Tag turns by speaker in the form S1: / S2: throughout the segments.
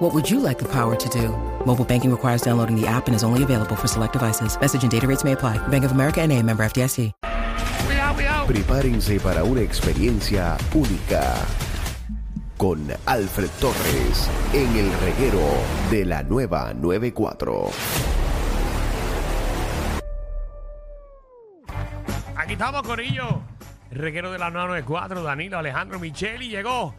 S1: What would you like the power to do? Mobile banking requires downloading the app and is only available for select devices. Message and data rates may apply. Bank of America and a member FDIC.
S2: Cuidado, cuidado.
S3: Prepárense para una experiencia única con Alfred Torres en el reguero de la nueva 94.
S2: Aquí estamos, Corillo. Reguero de la 994, Danilo Alejandro Micheli llegó.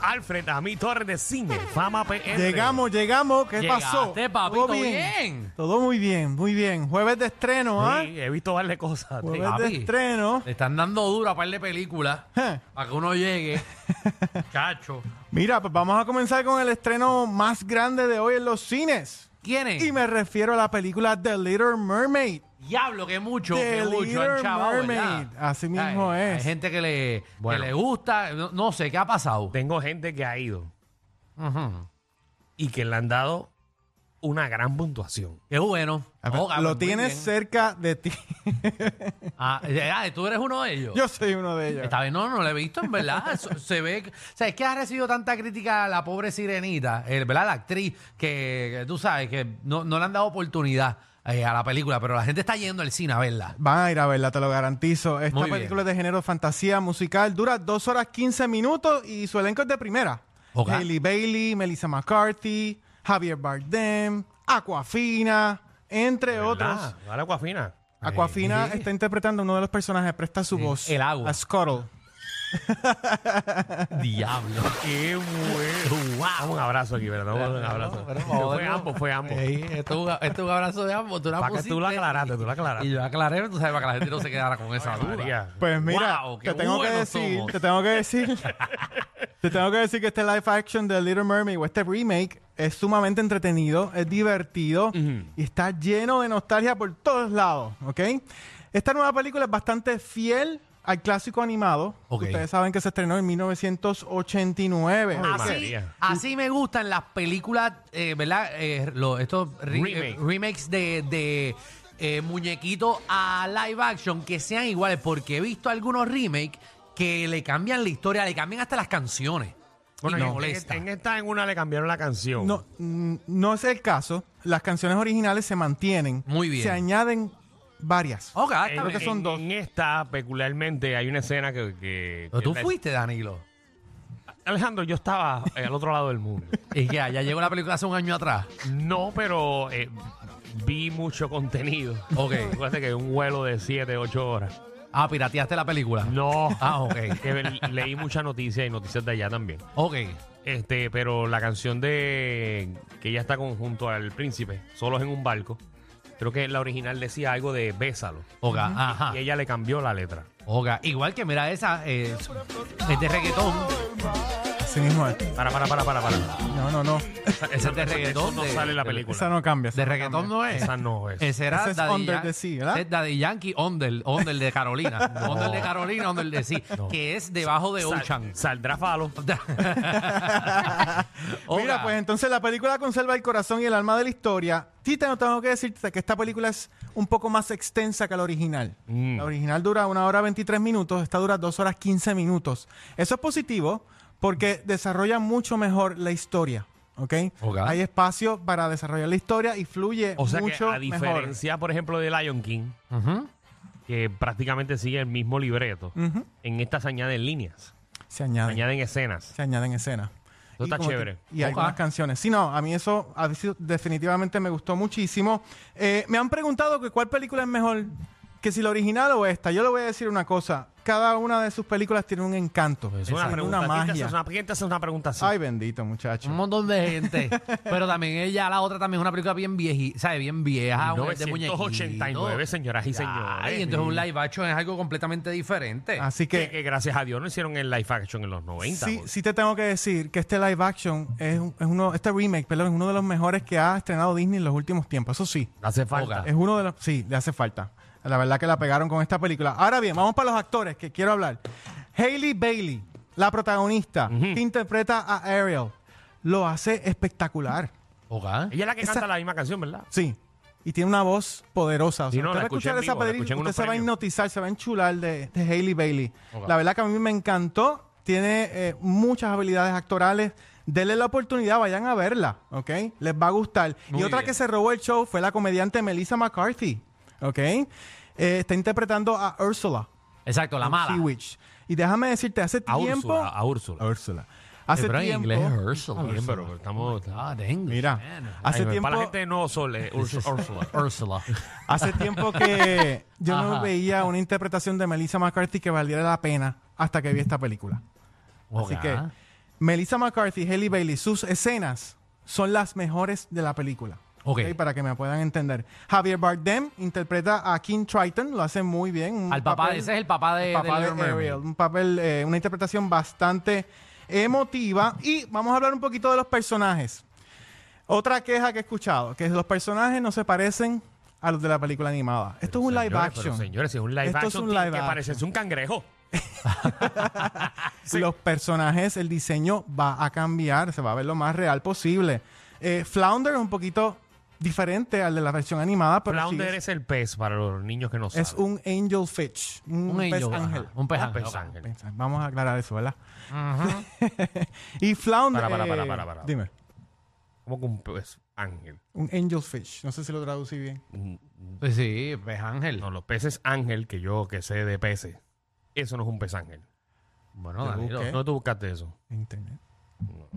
S2: Alfred Ami Torres de Cine, Fama PR.
S4: Llegamos, llegamos. ¿Qué
S5: Llegaste,
S4: pasó?
S5: papi, ¿todo bien?
S4: Todo muy bien, muy bien. Jueves de estreno, ¿ah? Pues
S2: Sí, he visto darle cosas.
S4: Jueves
S2: Sí. Ah,
S4: de estreno.
S5: Le están dando duro a par de películas
S4: Je.
S5: para que uno llegue. Cacho.
S4: Mira, pues vamos a comenzar con el estreno más grande de hoy en los cines.
S5: ¿Quién es?
S4: Y me refiero a la película The Little Mermaid.
S5: Diablo, que mucho,
S4: The
S5: que mucho
S4: Little
S5: han chavado,
S4: Mermaid.
S5: ¿verdad?
S4: Así mismo
S5: Hay-
S4: es.
S5: Hay gente que le, que
S2: Bueno.
S5: le gusta, no, no sé, ¿qué ha pasado?
S2: Tengo gente que ha ido y que le han dado una gran puntuación.
S5: Qué bueno. Oh, cabrón,
S4: Lo
S5: muy
S4: tienes
S5: bien.
S4: cerca de ti.
S5: Ah, eh, ah, tú eres uno de ellos.
S4: Yo soy uno de ellos.
S5: Esta vez no, no lo he visto, en verdad. Eso- se ve. que- O sea, es que ha recibido tanta crítica la pobre sirenita, eh, ¿verdad? La actriz, que, que tú sabes, que no, no le han dado oportunidad eh, a la película, pero la gente está yendo al cine a verla.
S4: Van a ir a verla, te lo garantizo. Esta
S5: Muy bien.
S4: película es de género fantasía musical dura 2 horas 15 minutos y su elenco es de primera.
S5: Ok.
S4: Hailey Bailey, Melissa McCarthy, Javier Bardem, Aquafina, entre otros.
S2: ¿Verdad? Dale agua fina.
S4: Aquafina está interpretando a uno de los personajes, presta su voz.
S5: el agua.
S4: A Scuttle.
S5: Diablo.
S2: Qué bueno. Dame Un abrazo aquí, ¿verdad? Dame Un abrazo. fue ambos, fue ambos.
S5: Ey, esto, es un- esto es un abrazo de ambos. Tú la
S2: Para que tú
S5: pusiste
S2: la aclaraste, tú la aclaraste.
S5: Y yo la aclaré, tú sabes, para que la gente no se quedara con esa duda.
S2: María.
S4: Pues mira,
S5: Guau, qué
S4: te tengo que
S5: buenos
S4: decir,
S5: somos.
S4: te tengo que decir, te tengo que decir que este live action de Little Mermaid o este remake es sumamente entretenido, es divertido y está lleno de nostalgia por todos lados, ¿ok? Esta nueva película es bastante fiel al clásico animado. que
S5: Ok.
S4: Ustedes saben que se estrenó en 1989.
S2: Ay,
S4: ¿ok?
S5: Así,
S2: María.
S5: así me gustan las películas, eh, ¿verdad? Eh, lo- estos re-
S2: Remake.
S5: eh, remakes de, de eh, muñequitos a live action que sean iguales, porque he visto algunos remakes que le cambian la historia, le cambian hasta las canciones.
S2: Bueno,
S5: y me
S2: en-
S5: molesta.
S2: En, esta, en una le cambiaron la canción.
S4: No, mm, no es el caso. Las canciones originales se mantienen.
S5: Muy bien.
S4: Se
S5: Oh.
S4: añaden varias.
S5: Ok, está
S2: En,
S5: bien.
S4: Ah, que son
S2: en-
S4: dos.
S2: en esta, peculiarmente, hay una escena que. que-
S5: Pero tú
S2: que-
S5: fuiste, Danilo.
S2: Alejandro, yo estaba eh, al otro lado del mundo.
S5: Y ya, ya llegó la película hace un año atrás.
S2: No, pero eh, vi mucho contenido.
S5: Ok.
S2: Acuérdate que un vuelo de 7, 8 horas.
S5: Ah, pirateaste la película.
S2: No.
S5: Ah, ok.
S2: Que ve- leí muchas noticias y noticias de allá también.
S5: Ok.
S2: Este, pero la canción de que ella está con, junto al príncipe, solos en un barco. Creo que la original decía algo de bésalo.
S5: Ok, ajá.
S2: Y ella le cambió la letra.
S5: Ok. Igual que mira esa, eh, es de reggaetón.
S4: Así mismo es.
S2: Para, para, para, para, para.
S4: No, no, no.
S5: Ese es de
S2: Eso-
S5: reggaetón.
S2: eso no
S5: de-
S2: sale en la
S5: de-
S2: película.
S4: Esa no cambia. esa
S5: De
S4: no
S5: reggaetón
S4: cambia.
S5: no es.
S2: Esa no es.
S5: Ese era
S4: Ese es
S5: Daddy
S4: Under
S5: Yan-
S4: the Sea, ¿verdad?
S5: ese es Daddy Yankee, Under, Under de Carolina. Under de Carolina, Under de Sea. Que es debajo de
S2: Sal-
S5: Ocean.
S2: saldrá Falo.
S4: Mira, pues entonces la película conserva el corazón y el alma de la historia. Tita, no tengo que decirte que esta película es un poco más extensa que la original.
S2: Mm.
S4: La original dura una hora 23 minutos, esta dura dos horas 15 minutos. Eso es positivo porque desarrolla mucho mejor la historia. ¿Ok?
S5: Ok.
S4: Hay espacio para desarrollar la historia y fluye
S2: O sea
S4: mucho
S2: que a
S4: mejor.
S2: diferencia, por ejemplo, de Lion King, que prácticamente sigue el mismo libreto, en esta se añaden líneas,
S4: Se
S2: se
S4: añade.
S2: añaden escenas.
S4: se añaden escenas.
S2: Eso está
S4: como que-
S2: chévere.
S4: y algunas
S5: Ojalá.
S4: canciones. Sí, no, a mí eso ha sido- definitivamente me gustó muchísimo. Eh, me han preguntado que cuál película es mejor, que si la original o esta. Yo le voy a decir una cosa. Cada una de sus películas tiene un encanto,
S2: Es una
S4: tiene
S2: pregunta.
S4: una
S2: ¿Quién te hace
S4: magia.
S2: una- ¿Quién te hace una pregunta así?
S4: Ay, bendito, muchacho.
S5: Un montón de gente. Pero también ella, la otra también es una película bien vieja, ¿sabes? Bien vieja. un- es de
S2: 1989,
S5: muñequito.
S2: señoras y señores.
S5: Ay, entonces un live action es algo completamente diferente.
S4: Así
S2: que,
S4: que
S2: que gracias a Dios no hicieron el live action en los 90.
S4: sí,
S2: porque-
S4: sí te tengo que decir que este live action es, un- es uno, este remake, perdón, es uno de los mejores que ha estrenado Disney en los últimos tiempos. Eso sí,
S2: Hace falta.
S5: Oga.
S4: es uno de los, sí, le hace falta. La verdad que la pegaron con esta película. Ahora bien, vamos para los actores que quiero hablar. Hailey Bailey, la protagonista, que interpreta a Ariel, lo hace espectacular.
S5: Ok.
S2: Ella es la que
S4: Esa-
S2: canta la misma canción, ¿verdad?
S4: Sí. Y tiene una voz poderosa. O sea,
S2: Sí, no,
S4: usted
S2: la
S4: va a
S2: escuché en
S4: escuchar esa
S2: vivo, la
S4: película,
S2: escuché en
S4: usted
S2: unos
S4: se va a
S2: premios.
S4: hipnotizar, se va a enchular de, de Hailey Bailey.
S5: Ok.
S4: La verdad que a mí me encantó. Tiene eh, muchas habilidades actorales. Denle la oportunidad, vayan a verla, ¿ok? Les va a gustar.
S5: Muy
S4: y otra
S5: bien.
S4: que se robó el show fue la comediante Melissa McCarthy, ¿ok? Eh, está interpretando a Ursula.
S5: Exacto, la
S4: en
S5: mala.
S4: Sea Witch. Y déjame decirte, hace
S2: A
S4: tiempo...
S2: Úrsula. A Úrsula.
S4: A Ursula.
S5: Eh,
S4: Hace
S5: pero en
S4: tiempo...
S5: inglés es Ursula.
S2: Bien, pero estamos.
S5: Ah, de English,
S4: Mira,
S5: man. Ay,
S4: hace
S2: Ay,
S4: tiempo...
S2: Para la gente de Nuevo Sol, eh, Urs- Úrsula.
S5: Ursula.
S4: Hace tiempo que yo
S5: Ajá.
S4: no veía una interpretación de Melissa McCarthy que valiera la pena hasta que vi esta película. Así
S5: Ok.
S4: que Melissa McCarthy, Haley Bailey, sus escenas son las mejores de la película.
S5: Ok.
S4: ¿Ok? Para que me puedan entender. Javier Bardem interpreta a King Triton, lo hace muy bien. un
S5: Al papá,
S4: papel-
S5: ese es el papá de,
S4: el papá
S5: de
S4: de
S5: Little Mermaid.
S4: Ariel. Un papel, eh, una interpretación bastante emotiva. Y vamos a hablar un poquito de los personajes. Otra queja que he escuchado, que los personajes no se parecen a los de la película animada. Esto es un live
S2: Señores, pero
S4: action.
S2: señores, si es un live
S4: Esto es
S2: action,
S4: un
S2: tiene
S4: live
S2: que
S4: action.
S2: parecerse un cangrejo.
S4: Los personajes, el diseño va a cambiar, se va a ver lo más real posible. Eh, Flounder es un poquito diferente al de la versión animada, pero sí
S2: Flounder
S4: es,
S2: es el pez para los niños que no saben.
S4: es un angel fish, un,
S5: Un
S4: pez
S5: angel, ajá,
S4: ángel. Ah,
S5: Un pez
S2: Un
S5: ángel.
S2: pez
S5: ok.
S2: ángel.
S4: Pez ángel. Vamos a aclarar eso, ¿verdad? y Flounder...
S2: Para, para, para,
S4: eh,
S2: para, para.
S4: Dime.
S2: Como que un pez ángel.
S4: Un angel fish. No sé si lo traducí bien.
S5: Pues Sí, pez ángel.
S2: No, los peces ángel, que yo que sé de peces, eso no es un pez ángel.
S5: Bueno,
S4: Yo
S5: Danilo.
S4: busqué.
S2: No tú buscaste eso.
S4: En internet.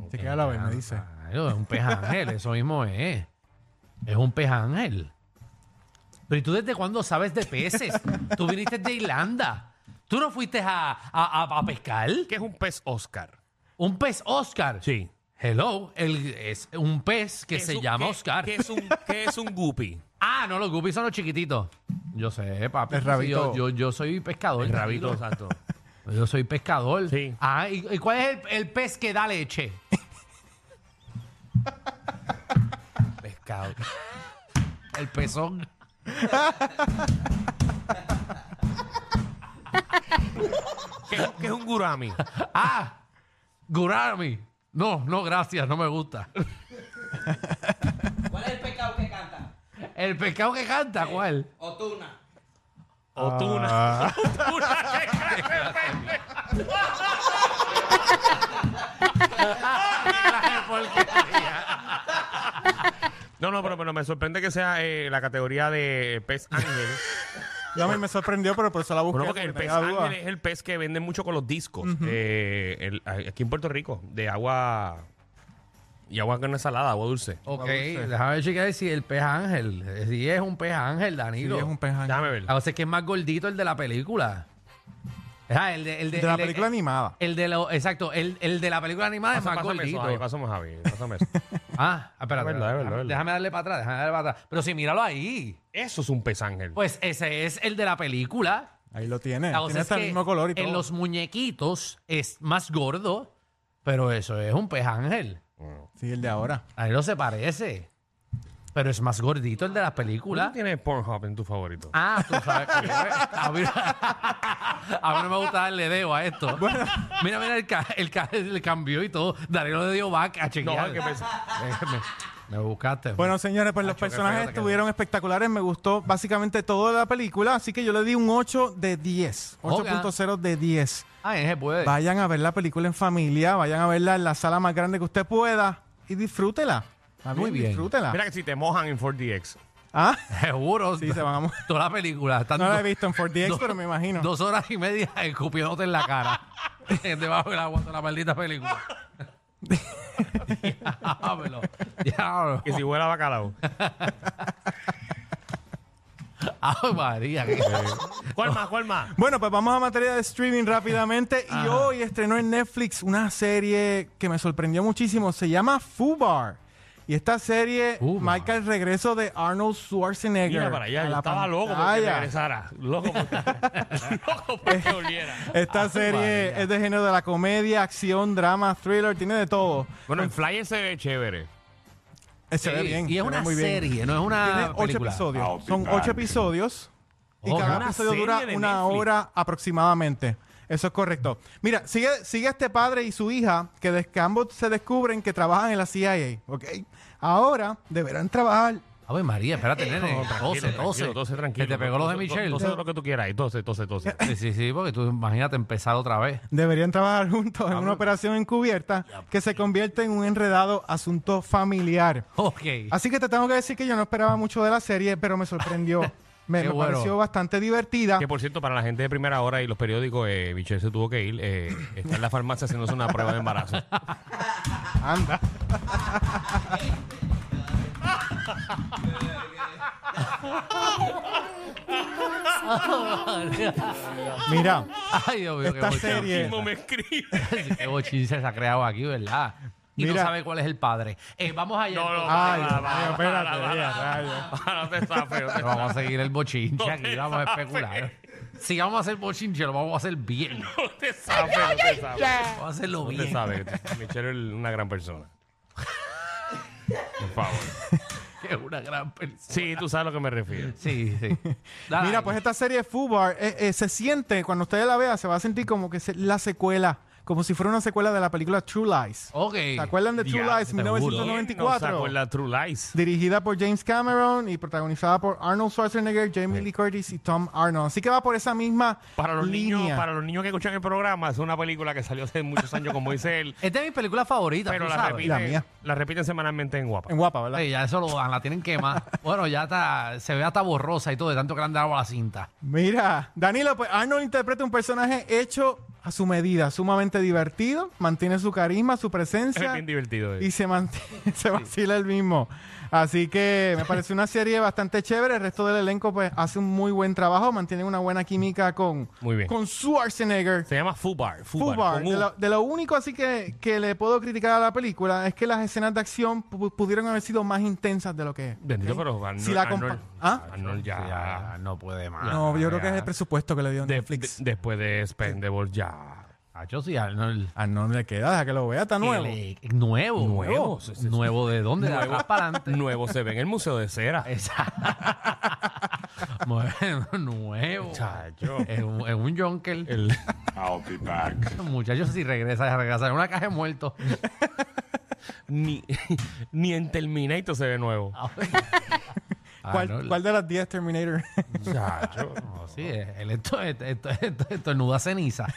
S4: Se queda la vez, me dice.
S5: Danilo, es un pez ángel, eso mismo es. Es un pez ángel. Pero ¿y tú desde cuándo sabes de peces? Tú viniste de Irlanda. ¿Tú no fuiste a, a- a- a pescar?
S2: ¿Qué es un pez Oscar?
S5: ¿Un pez Oscar?
S2: Sí.
S5: Hello, el, es un pez que
S2: ¿Qué
S5: se
S2: es un-
S5: llama
S2: qué-
S5: Oscar.
S2: ¿Qué es un, qué es un guppy?
S5: Ah, no, los guppies son los chiquititos. Yo sé, papi.
S4: El
S5: Sí,
S4: rabito.
S5: yo, yo, yo soy pescador.
S2: El rabito,
S5: Danilo.
S2: exacto.
S5: Yo soy pescador.
S2: Sí.
S5: Ah, ¿y, y cuál es el, el pez que da leche?
S2: Pescado.
S5: El pezón.
S2: ¿Qué, es- qué es un gurami?
S5: Ah, Gurami. No, no, gracias, no me gusta.
S6: ¿Cuál es el pecado que canta?
S5: El pescado que canta, ¿cuál?
S6: Otuna.
S2: Otuna. Otuna, ¿qué clase de pez? No, no, pero, pero me sorprende que sea eh, la categoría de pez ángel.
S4: Yo a mí me sorprendió, pero por eso la busqué.
S2: Bueno, porque el
S4: porque
S2: pez
S4: tenía duda.
S2: ángel es el pez que venden mucho con los discos. eh, el- aquí en Puerto Rico, de agua. Y agua que no es salada, agua dulce.
S5: Ok,
S4: dulce.
S5: déjame chequear si el pez ángel. eh, Si es un pez ángel,
S4: Sí,
S5: Danilo.
S4: es un pez ángel.
S2: Déjame ver.
S5: A veces Ah, que es más gordito el de la película. Ah, el de, el de-
S4: De la
S5: el de- eh,
S4: película animada.
S5: El de lo, exacto, el, el de la película animada es
S2: Pasa-
S5: más
S2: pásame eso,
S5: gordito.
S2: Javi, pásame, Javi, pásame eso.
S5: Ah, espérate.
S2: Es verdad, es verdad, es
S5: déjame,
S2: verdad.
S5: déjame darle para atrás, déjame darle para atrás. Pero si míralo ahí.
S2: Eso es un pez ángel.
S5: Pues ese es el de la película.
S4: Ahí lo tiene.
S5: La cosa
S4: Tiene
S5: es
S4: hasta
S5: que
S4: el mismo color y todo.
S5: En los muñequitos es más gordo, pero eso es un pez ángel.
S4: Sí, el de ahora.
S5: A él no se parece. Pero es más gordito el de las
S2: ¿Tú
S5: películas.
S2: tienes Pornhub en tu favorito?
S5: Ah, tú sabes. A mí, a mí no me gusta darle dedo a esto. Mira, mira, el, ca- el, ca- el cambió y todo. Danilo le dio back a
S2: no,
S5: chequear.
S2: ¿qué pens-
S5: me, me buscaste.
S4: Bueno, señores, pues los
S5: Acho, qué feo
S4: personajes
S5: te quedó.
S4: estuvieron espectaculares. Me gustó básicamente toda la película, así que yo le di un 8 de 10.
S5: Oiga.
S4: 8.0 de 10.
S5: Ah, ese puede.
S4: Vayan a ver la película en familia, vayan a verla en la sala más grande que usted pueda y disfrútela. Está
S5: Muy bien.
S4: Disfrútela.
S2: Mira que si te mojan en 4DX.
S4: Ah,
S5: Seguro.
S4: Sí, se van a morir.
S5: Toda la película. están
S4: no la
S5: dos-
S4: he visto en 4DX,
S5: dos-
S4: pero me imagino.
S5: Dos horas y media escupiéndote en la cara. Debajo del agua de la maldita película. Diablo. Diablo.
S2: Que si huele a bacalao.
S5: Ay, María. qué-
S2: ¿Cuál más? ¿Cuál más?
S4: Bueno, pues vamos a materia de streaming rápidamente. Y hoy estrenó en Netflix una serie que me sorprendió muchísimo. Se llama Fubar. Y esta serie
S5: Fubar.
S4: marca el regreso de Arnold Schwarzenegger.
S2: Mira para allá.
S4: a
S2: Yo
S4: la
S2: estaba loco
S5: Ah,
S2: porque
S4: pantalla.
S2: regresara. Loco porque, loco
S5: Eh.
S2: porque oliera.
S4: Esta serie
S5: María.
S4: es de género de la comedia, acción, drama, thriller, tiene de todo.
S2: Bueno, en Flyer se ve chévere.
S4: Eh, Se ve
S5: Sí,
S4: bien.
S5: Y es
S4: se ve
S5: una
S4: muy bien.
S5: serie, no
S4: Tiene
S5: es una
S4: ocho
S5: Ah, película.
S4: episodios. Son ocho episodios. Y
S5: Oh,
S4: cada
S2: una
S4: episodio
S2: serie
S4: dura
S2: de
S4: una
S2: Netflix.
S4: hora aproximadamente. Eso es correcto. Mira, sigue, sigue este padre y su hija que, des- que ambos se descubren que trabajan en la CIA, ¿ok? Ahora deberán trabajar.
S5: Ave María, espérate, nene.
S2: Eh, Tranquilo,
S5: Tose, tose.
S2: tranquilo, tose, tranquilo.
S5: Que te pegó los de
S2: Tose, to-
S5: Michelle.
S2: Tose lo que tú quieras ahí, tose, tose, tose.
S5: Sí, sí, sí, porque tú imagínate empezar otra vez.
S4: Deberían trabajar juntos en una operación encubierta que se convierte en un enredado asunto familiar.
S5: Ok.
S4: Así que te tengo que decir que yo no esperaba mucho de la serie, pero me sorprendió. Me,
S5: Qué
S4: me
S5: bueno.
S4: pareció bastante divertida.
S2: Que por cierto, para la gente de primera hora y los periódicos, eh, Michelle se tuvo que ir. eh, está en la farmacia haciéndose una prueba de embarazo.
S4: Anda. Mira,
S5: Ay, Dios mío,
S4: Esta
S5: qué bochinche.
S4: serie-
S2: Mismo me escribe.
S5: qué bochinche se ha creado aquí, ¿verdad? Y no
S4: Mira.
S5: sabe cuál es el padre. Eh, vamos allá.
S2: No, no,
S5: entonces.
S4: Ay, Dios mío, espérate, ya,
S2: Para, no te zafes, no te
S5: Pero vamos a seguir el bochinche
S2: No
S5: aquí,
S2: te
S5: vamos a
S2: sabes.
S5: especular. Si vamos a hacer bochinche, lo vamos a hacer bien.
S2: No te sabes, no te sabes.
S5: Vamos a hacerlo
S2: No te
S5: bien.
S2: sabes. Michelle es una gran persona. Por favor.
S5: Que es una gran persona.
S2: Sí, tú sabes a lo que me refiero.
S5: Sí, sí. Dale.
S4: mira, pues esta serie de Fubar eh, eh, se siente, cuando ustedes la vean, se va a sentir como que se- la secuela, como si fuera una secuela de la película True Lies.
S5: Ok.
S4: ¿Se acuerdan de True
S5: Ya,
S4: Lies
S5: seguro.
S2: No se
S4: 1994?
S2: acuerda True Lies.
S4: dirigida por James Cameron y protagonizada por Arnold Schwarzenegger, Jamie Lee Curtis y Tom Arnold. Así que va por esa misma
S2: Para los,
S4: línea.
S2: niños, para los niños que escuchan el programa, es una película que salió hace muchos años, como dice él,
S5: Esta es mi película favorita,
S2: pero
S5: tú
S2: la
S5: sabes.
S2: repiten,
S4: La
S2: la,
S4: mía.
S2: repiten semanalmente en Guapa.
S4: En guapa, ¿verdad?
S5: Ey, ya eso lo dan, la tienen quemada. bueno, ya está, se ve hasta borrosa y todo, de tanto que le han dado a la cinta.
S4: Mira, Danilo, pues Arnold interpreta un personaje hecho a su medida, sumamente divertido, mantiene su carisma, su
S2: Es
S4: presencia
S2: bien divertido. eh.
S4: y se mantiene, se vacila el mismo. Así que me parece una serie bastante chévere. El resto del elenco pues hace un muy buen trabajo, mantiene una buena química con,
S2: Muy bien.
S4: con Schwarzenegger.
S2: Se llama Fubar. Fubar.
S4: Fubar.
S2: con U.
S4: De lo, de lo único así que, que le puedo criticar a la película es que las escenas de acción pu- pudieron haber sido más intensas de lo que es.
S2: Bendito,
S4: ¿ok?
S2: pero Arnold,
S4: Si la compa-
S2: Arnold-
S4: ¿Ah?
S2: Arnold ya.
S5: Sí,
S2: Ah,
S5: no puede más.
S4: No, yo
S5: ya.
S4: creo que es el presupuesto que le dio
S2: de-
S4: Netflix.
S2: de- después de Spendables ya.
S5: Acho, sí, Arnold.
S4: Ah, no le queda, deja que lo vea, está nuevo.
S5: El- eh, nuevo.
S2: Nuevo, sí, sí, sí.
S5: Nuevo de dónde? De atrás para adelante.
S2: Nuevo se ve en el Museo de Cera.
S5: Exacto. Bueno, nuevo.
S2: Chacho.
S5: Es un, es un yonkel.
S2: El-
S5: Muchachos, si regresa, regresa en una caja de muertos.
S2: ni, ni en Terminator se ve nuevo.
S4: ¿Cuál,
S5: Arnold.
S4: cuál de las 10 Terminator?
S2: Chacho.
S5: No, sí, él esto, esto, esto, esto- estornuda ceniza.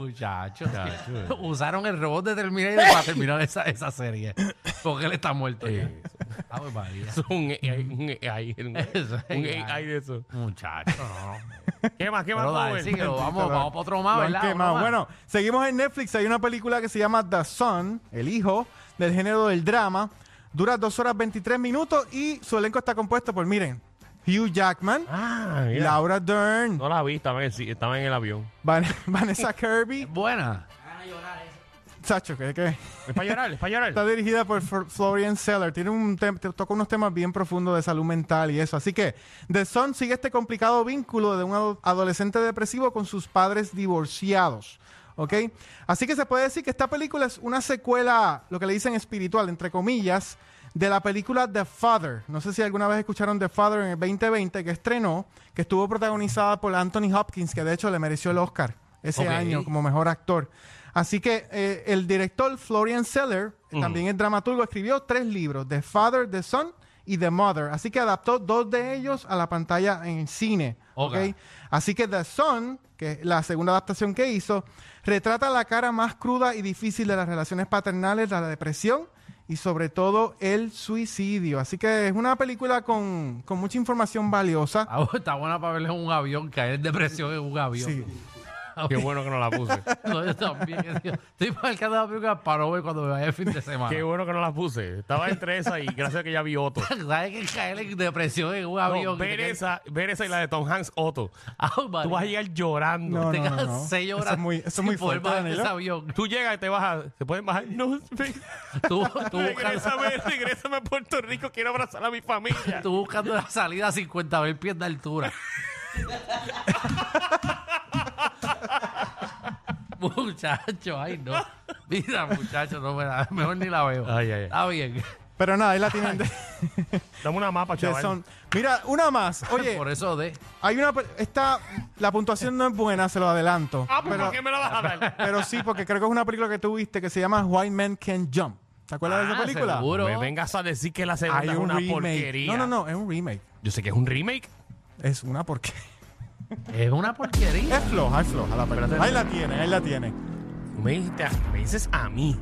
S5: Muchachos,
S4: eh.
S2: Muchacho.
S5: Pues, usaron el robot de Terminator para terminar esa, esa serie. Porque él está muerto ya. Ave María.
S2: Es un AI, un AI, un-
S5: Eso es
S2: un
S5: AI.
S2: AI de eso.
S5: Muchachos, no, no.
S2: ¿Qué más? ¿Qué más?
S5: Pero dale,
S2: Robert?
S5: síguelo, vamos,
S4: Bendito,
S5: vamos para otro más,
S4: Lo han
S5: ¿verdad?
S4: quemado.
S5: Otro más.
S4: Bueno, seguimos en Netflix. Hay una película que se llama The Son, El Hijo, del género del drama. Dura 2 horas 23 minutos y su elenco está compuesto por, miren, Hugh Jackman,
S2: Ah, mira.
S4: Laura Dern,
S2: No la vi, estaba en el, ci- estaba en el avión.
S4: Van- Vanessa Kirby,
S5: Buena.
S4: Sacho, que, que
S2: Es para llorar, es para
S4: está
S2: llorar.
S4: dirigida por Flor- Florian Seller. Tiene un tem- te- toca unos temas bien profundos de salud mental y eso. Así que The Son sigue este complicado vínculo de un ado- adolescente depresivo con sus padres divorciados. ¿Ok? Así que se puede decir que esta película es una secuela, lo que le dicen espiritual, entre comillas, de la película The Father. No sé si alguna vez escucharon The Father en el 2020 que estrenó, que estuvo protagonizada por Anthony Hopkins, que de hecho le mereció el Oscar ese
S5: Ok.
S4: año como mejor actor. Así que eh, el director Florian Seller, eh, también el dramaturgo, escribió tres libros, The Father, The Son y The Mother. Así que adaptó dos de ellos a la pantalla en cine.
S5: Ok.
S4: ¿ok? Así que The Son, que es la segunda adaptación que hizo, retrata la cara más cruda y difícil de las relaciones paternales, la depresión y sobre todo el suicidio. Así que es una película con, con mucha información valiosa.
S5: Ah, Está buena para verle en un avión, caer en depresión en un avión.
S4: Sí.
S2: Qué bueno que no la puse.
S5: No, yo también. tío. Estoy marcando la película para ver cuando me vaya el fin de semana.
S2: Qué bueno que no la puse. Estaba entre esa y gracias a que ya vi Otto.
S5: ¿Sabes que caer en depresión en un avión?
S2: No, ver, esa, ver esa y la de Tom Hanks Otto. Tú vas a llegar llorando.
S4: No,
S5: Te
S4: no,
S5: ah, quedas
S4: no, no.
S5: seis
S4: Eso
S5: horas
S4: es muy- eso es
S5: sin
S4: muy
S5: poder
S4: fuerte,
S5: bajar de
S4: Danilo.
S5: ese Este avión.
S2: Tú llegas y te bajas. ¿Se pueden bajar? No, ve-
S5: Tú, tú, buscando,
S2: regrésame, regrésame a Puerto Rico. Quiero abrazar a mi familia.
S5: tú buscando la salida a 50 mil pies de altura. muchacho, ay no. Mira, muchacho, no me la, mejor ni la veo.
S2: Ay, ay, ay.
S5: Está bien.
S4: Pero nada, ahí la tienen de,
S2: Dame una mapa,
S4: de
S2: chaval.
S4: son. Mira, una más. Oye,
S5: Por eso de.
S4: hay una. pe- Esta. La puntuación no es buena, se lo adelanto.
S2: Ah, pues,
S4: pero,
S2: ¿por qué me la vas a dar?
S4: pero sí, porque creo que es una película que tú viste que se llama White Men Can Jump. ¿Te acuerdas de esa
S5: Ah,
S4: película?
S2: No
S5: seguro.
S2: me vengas a decir que la segunda
S4: Hay
S2: es
S4: un
S2: una
S4: remake.
S2: porquería.
S4: No, no, no, es un remake.
S2: Yo sé que es un remake.
S4: Es una porquería.
S5: Es una porquería.
S4: Es floja, es floja la película. Ahí la tiene, ahí la tiene.
S2: Tú me, dijiste, me dices a mí.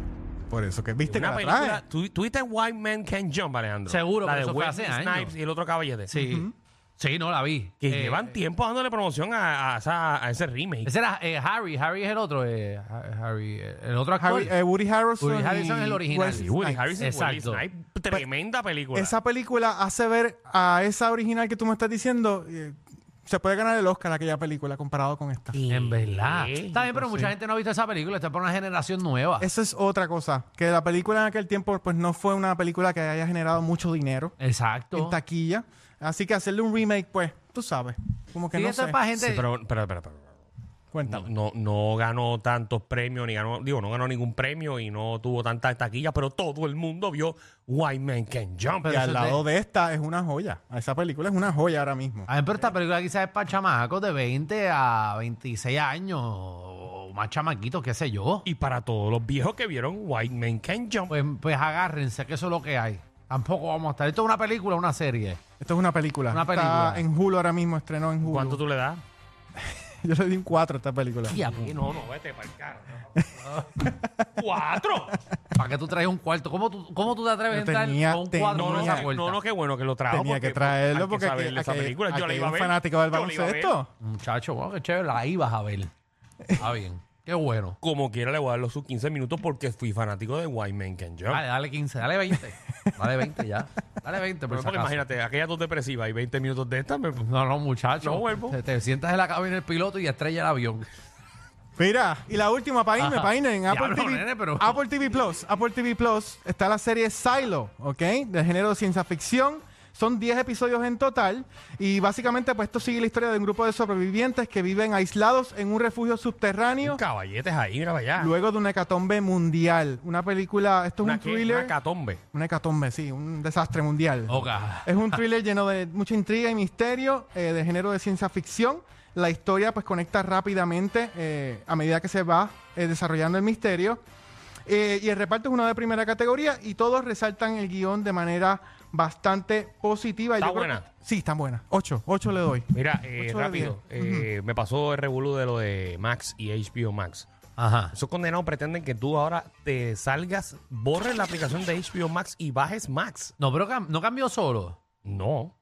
S4: Por eso que viste que
S2: una
S4: la
S2: película.
S4: trae.
S2: ¿Tú, tú viste White Man Can Jump, Alejandro.
S5: Seguro,
S2: la
S5: pero
S2: de
S5: eso fue
S2: Wesley
S5: hace años.
S2: Snipes y el otro caballete.
S5: Sí. Sí, no la vi.
S2: Que
S5: Eh,
S2: llevan tiempo dándole promoción a, a esa- a ese remake.
S5: Ese era eh, Harry. Harry es el otro. eh, Ha- Harry, eh, el otro actor.
S4: Harry- eh, Woody Harrelson.
S5: Woody Harrelson
S4: y
S5: es el original.
S4: Wesley
S2: Sí, Woody
S4: Snipes.
S2: Harrison, Wesley
S5: Exacto.
S2: Snipes, Tremenda película.
S4: Pues, Esa película hace ver a esa original que tú me estás diciendo. eh, se puede ganar el Oscar aquella película comparado con esta.
S5: En verdad.
S2: Sí.
S5: Está bien, pero mucha gente no ha visto esa película. Está para una generación
S2: Ah.
S5: nueva.
S4: Eso es otra cosa. Que la película en aquel tiempo, pues no fue una película que haya generado mucho dinero
S5: Exacto.
S4: en taquilla. Así que hacerle un remake, pues, tú sabes. Como que
S5: Sí,
S4: no
S5: esto
S4: sé.
S5: es para
S2: Sí,
S5: gente.
S2: pero, pero, pero, pero-
S4: Cuéntame.
S2: no, no ganó tantos premios, ni ganó, digo, no ganó ningún premio y no tuvo tantas taquillas, pero todo el mundo vio White Man Can Jump.
S5: Pero
S4: y
S5: eso
S4: al
S5: es
S4: lado de esta es una joya. Esa película es una joya ahora mismo.
S2: Ah.
S5: A ver, pero esta película quizás es para chamacos de 20 a 26 años o más chamaquitos, qué sé yo.
S2: Y para todos los viejos que vieron White Man Can Jump,
S5: Pues, pues agárrense, que eso es lo que hay. Tampoco vamos a estar. Esto es una película, una serie.
S4: Esto es una película.
S5: Una película.
S4: Está en Hulu ahora mismo, estrenó en Hulu.
S2: ¿cuánto tú le das?
S4: Yo le di un 4 a esta película.
S2: Sí, no, no, vete para el carro. ¡Cuatro!
S5: ¿Para que tú traes un cuarto? ¿Cómo tú, cómo tú te atreves a
S4: Yo
S5: entrar
S4: tenía-
S5: con un cuadro
S2: No,
S5: por
S2: no,
S5: esa
S4: Tenía-
S5: puerta?
S2: no, no, qué bueno que lo trajo. pues,
S4: Tenía que traerlo porque
S2: hay que
S4: aquí,
S2: saberle esa
S4: aquí-
S2: película. Yo
S4: aquí
S2: la
S4: hay
S2: iba a
S4: un
S2: ver.
S4: fanático del
S2: Yo la iba a ver.
S4: baloncesto.
S5: Muchacho, wow, qué chévere. Ahí vas a ver. Está bien. Qué bueno.
S2: Como quiera le voy a dar los sus 15 minutos porque fui fanático de White Man Can Jump.
S5: Dale, dale 15, dale 20. Dale 20 ya. Dale 20, por
S2: Pero
S5: si acaso.
S2: imagínate, aquellas dos depresivas y 20 minutos de esta, me-
S5: No, no, muchacho.
S2: No vuelvo.
S5: Te, te sientas en la cabina del piloto y estrella el avión.
S4: Mira, y la última, para irme,
S5: Ajá.
S4: para irme, en Apple,
S5: Diablo,
S4: TV,
S5: nene, pero-
S4: Apple TV Plus. Apple TV Plus está la serie Silo, ¿ok? Del género de ciencia ficción. Son 10 episodios en total y básicamente pues esto sigue la historia de un grupo de sobrevivientes que viven aislados en un refugio subterráneo
S2: caballetes ahí, mira para
S5: Ah.
S2: allá.
S4: luego de una hecatombe mundial. Una película, esto es
S2: Una
S4: un
S2: que-
S4: thriller.
S2: Una catombe.
S4: Una hecatombe, sí, un desastre mundial.
S5: Oga.
S4: Es un thriller lleno de mucha intriga y misterio, eh, de género de ciencia ficción. La historia pues conecta rápidamente eh, a medida que se va eh, desarrollando el misterio. Eh, y el reparto es uno de primera categoría y todos resaltan el guión de manera bastante positiva. Y
S2: ¿Está
S4: yo creo
S2: buena?
S4: que- sí, están buenas. Ocho, ocho le doy.
S2: Mira, eh,
S4: Ocho de
S2: rápido, eh, me pasó el revolú de lo de Max y HBO Max.
S5: Ajá.
S2: Esos condenados pretenden que tú ahora te salgas, borres la aplicación de HBO Max y bajes Max.
S5: No, pero cam- no cambió solo.
S2: No,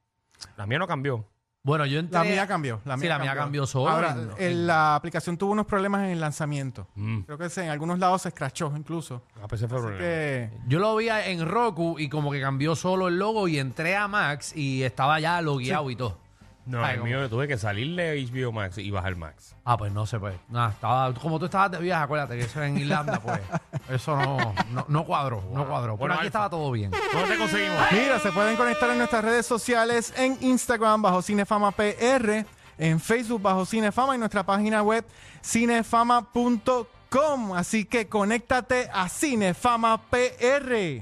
S2: la mía no cambió.
S5: Bueno, yo entré.
S4: La mía cambió. La
S5: Sí,
S4: mía
S5: la mía cambió sola.
S4: Ahora,
S5: No.
S4: el- la aplicación tuvo unos problemas en el lanzamiento.
S2: Mm.
S4: Creo que se- en algunos lados se escrachó incluso. Eh,
S2: Ah, pues ese fue el
S4: Así
S2: problema.
S4: que...
S5: Yo lo vi en Roku y como que cambió solo el logo y entré a Max y estaba ya logueado y todo.
S2: No,
S5: Ay,
S2: el
S5: como-
S2: mío yo tuve que salirle de HBO Max y bajar Max.
S5: Ah, pues no sé, pues. Nada, estaba, como tú estabas de viaje, acuérdate que eso en Irlanda, pues. Eso no, no, no cuadró, no cuadró. Pero
S2: Bueno,
S5: aquí
S2: Alfa.
S5: estaba todo bien.
S2: ¿Cómo te conseguimos?
S4: Mira, se pueden conectar en nuestras redes sociales, en Instagram bajo Cinefama PR, en Facebook bajo Cinefama y nuestra página web cinefama.com. Así que conéctate a Cinefama PR.